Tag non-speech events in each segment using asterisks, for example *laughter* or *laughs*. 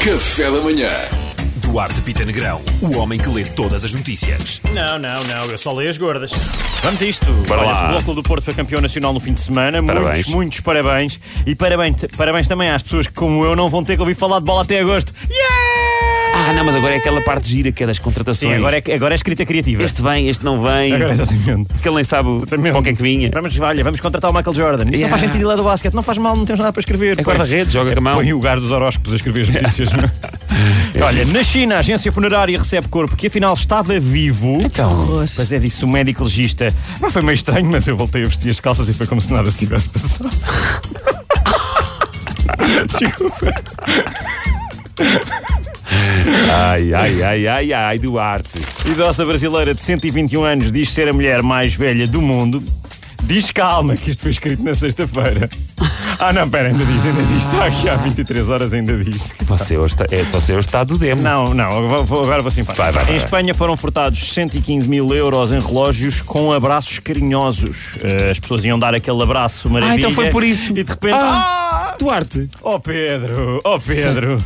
Café da Manhã. Duarte Pita Negrão, o homem que lê todas as notícias. Não, não, não, eu só leio as gordas. Vamos a isto. Bora Olha, lá. O Futebol Clube do Porto foi campeão nacional no fim de semana. Parabéns. Muitos, muitos parabéns. E parabéns, parabéns também às pessoas que, como eu, não vão ter que ouvir falar de bola até agosto. Yeah! Ah, não, mas agora é aquela parte gira que é das contratações. Sim, agora é, agora é escrita criativa. Este vem, este não vem. Agora, é assim. exatamente. Porque ele nem sabe Também. para o que é que vinha. Vamos, olha, vamos contratar o Michael Jordan. Isso Yeah. não faz sentido lá do basquete. Não faz mal, não temos nada para escrever. É Põe- guarda-redes, joga com a mão. Põe o lugar dos horóscopos a escrever as notícias. *laughs* não é? olha, na China, a agência funerária recebe corpo que afinal estava vivo. Então, Mas é disso o médico legista. Pá, foi meio estranho, mas eu voltei a vestir as calças e foi como se nada se tivesse passado. Desculpa. ai, ai, ai, ai, ai, Duarte. Idosa brasileira de 121 anos diz ser a mulher mais velha do mundo. Diz calma, que isto foi escrito na sexta-feira. Ah, não, pera, ainda diz, ainda diz. Está aqui há 23 horas, ainda diz. Você hoje está, é, você hoje está do demo. Não, não, eu vou- agora vou simpático. Vai, vai, vai, em vai. Espanha foram furtados 115 mil euros em relógios com abraços carinhosos. Eh, As pessoas iam dar aquele abraço maravilha. então foi por isso. E de repente. Ah! Duarte. Oh Pedro, oh Pedro.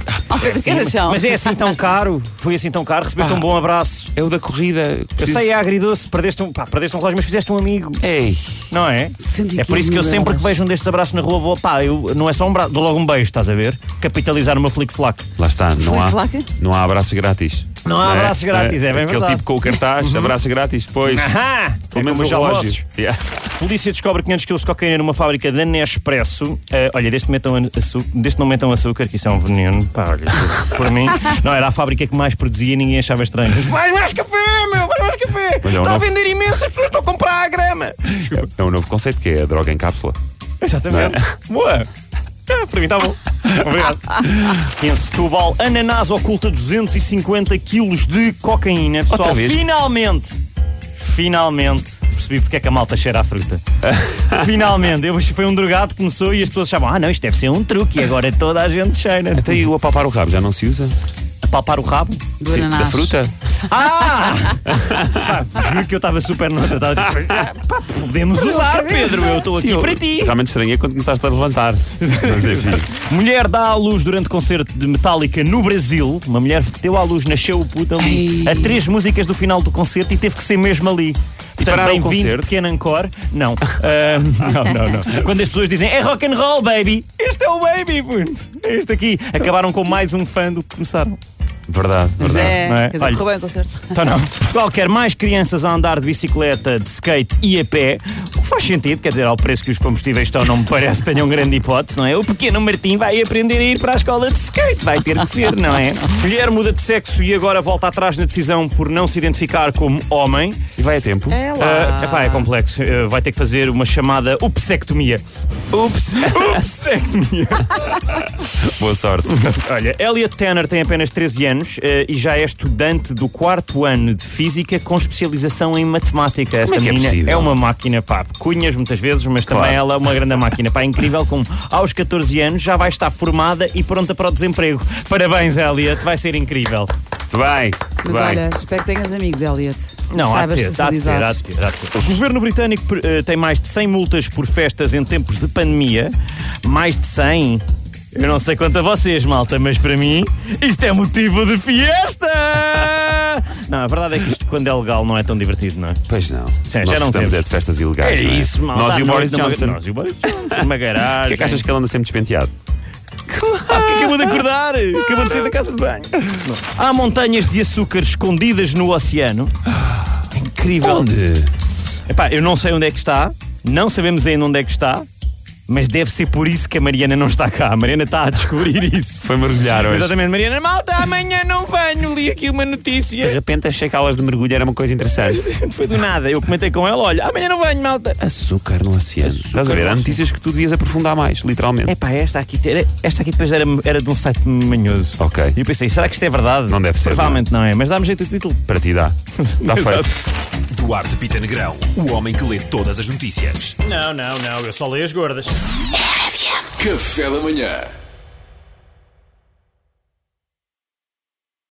Mas é assim tão caro, foi assim tão caro, recebeste Pá. um bom abraço. É o da corrida. Eu Preciso- sei, é agridoce, perdeste um, pá, perdeste um relógio, mas fizeste um amigo, Ei, não é? 115 É por isso que eu mil sempre euros. que vejo um destes abraços na rua vou, pá, eu, não é só um abraço, dou logo um beijo, estás a ver? Capitalizar uma flick-flack. lá está, não há, Flic-flac? não há abraços grátis. Não há abraços grátis, é bem Aquele verdade. Uhum. tipo com o cartaz, abraço grátis, pois. Ahá! Pelo menos como o os almoços. relógio. *laughs* É. Yeah. Polícia descobre 500 kg de cocaína numa fábrica da Nespresso. Eh, olha, deste, metam açu- deste não metam açúcar, que isso é um veneno. Pá, olha, isso, é por mim, não era a fábrica que mais produzia e ninguém achava estranho. Mas vai mais café, meu, vai mais café. Mas é um Está a novo- vender imenso, as pessoas estão a comprar a grama. É um novo conceito que é a droga em cápsula. Exatamente. Boa. Ah, para mim está bom. *laughs* Obrigado. em Setúbal, ananás oculta 250 quilos de cocaína. Pessoal, Outra vez? finalmente, finalmente, percebi porque é que a malta cheira à *laughs* fruta. finalmente. Eu, foi um drogado que começou e as pessoas achavam, ah não, isto deve ser um truque e agora toda a gente cheira. Até aí o apalpar o rabo já não se usa? A palpar o rabo. Do Sim, ananás. da fruta? Ah! *laughs* Pá, juro que eu estava super nota. Estava tipo, "Ah, pá, podemos usar, Pedro. Eu estou Sim, aqui eu- para ti. Realmente estranhei quando começaste a levantar. Mas enfim. Mulher dá à luz durante concerto de Metallica no Brasil. Uma mulher que deu à luz, nasceu o puto ali, Ei. a três músicas do final do concerto e teve que ser mesmo ali. Portanto, pararam o bem-vindo, concerto? pequeno encore. Não. Ahm, *laughs* não, não, não. Quando as pessoas dizem é rock and roll, baby. Este é o baby, puto. É este aqui. Acabaram com mais um fã do que começaram. Verdade, verdade. É, Não é? quer dizer, Olha. correu bem o concerto. Então não. Portugal quer mais crianças a andar de bicicleta, de skate e a pé. O que faz sentido, quer dizer, ao preço que os combustíveis estão, não me parece que tenham grande hipótese, não é? O pequeno Martim vai aprender a ir para a escola de skate, vai ter que ser, não é? Mulher muda de sexo e agora volta atrás na decisão por não se identificar como homem. E vai a tempo. É lá. Ah, epá, é complexo. Ah, vai ter que fazer uma chamada upsectomia. Ups. *laughs* Upsectomia. Boa sorte. *laughs* Olha, Elliot Tanner tem apenas 13 anos eh, e já é estudante do quarto ano de Física com especialização em Matemática. Esta é que é menina possível? é uma máquina, pá. Cunhas muitas vezes, mas também Claro. ela é uma grande máquina. Pá, é incrível como aos 14 anos já vai estar formada e pronta para o desemprego. Parabéns, Elliot, vai ser incrível. Muito bem. Mas Muito bem. olha, espero que tenhas amigos, Elliot. Não, há de Saibas ter, há de ter, socializar. há de ter, há de ter. O governo britânico eh, tem mais de 100 multas por festas em tempos de pandemia. Mais de 100? Eu não sei quanto a vocês, malta, mas para mim isto é motivo de fiesta! Não, a verdade é que isto, quando é legal, não é tão divertido, não é? Pois não. já Nós não gostamos temos. é de festas ilegais. É não isso, malta. Nós e À o Boris noite numa- Johnson. Nós e o Boris Johnson, uma O garagem. *laughs* que é que achas que ele anda sempre despenteado? Ah, que acabou de acordar? Acabou de sair da casa de banho. Há montanhas de açúcar escondidas no oceano. É incrível. Ah. Onde? Epá, eu não sei onde é que está, não sabemos ainda onde é que está, mas deve ser por isso que a Mariana não está cá. A Mariana está *laughs* a descobrir isso. Foi mergulhar hoje. Exatamente, Mariana, malta, amanhã não venho, li aqui uma De notícia. *laughs* repente achei que aulas de mergulho era uma coisa interessante. Foi do nada, eu comentei com ela, olha, amanhã não venho, malta. Açúcar no oceano. É. Estás a ver? Há notícias que tu devias aprofundar mais, literalmente. Epá, esta aqui, era- esta aqui depois era, era de um site manhoso. Ok. E eu pensei, será que isto é verdade? Não deve ser, Provavelmente não é, mas dá-me jeito o título. Para ti dá. Está *laughs* Exato. feito. Duarte Pita Negrão, o homem que lê todas as notícias. Não, não, não, eu só leio as gordas. Café da Manhã.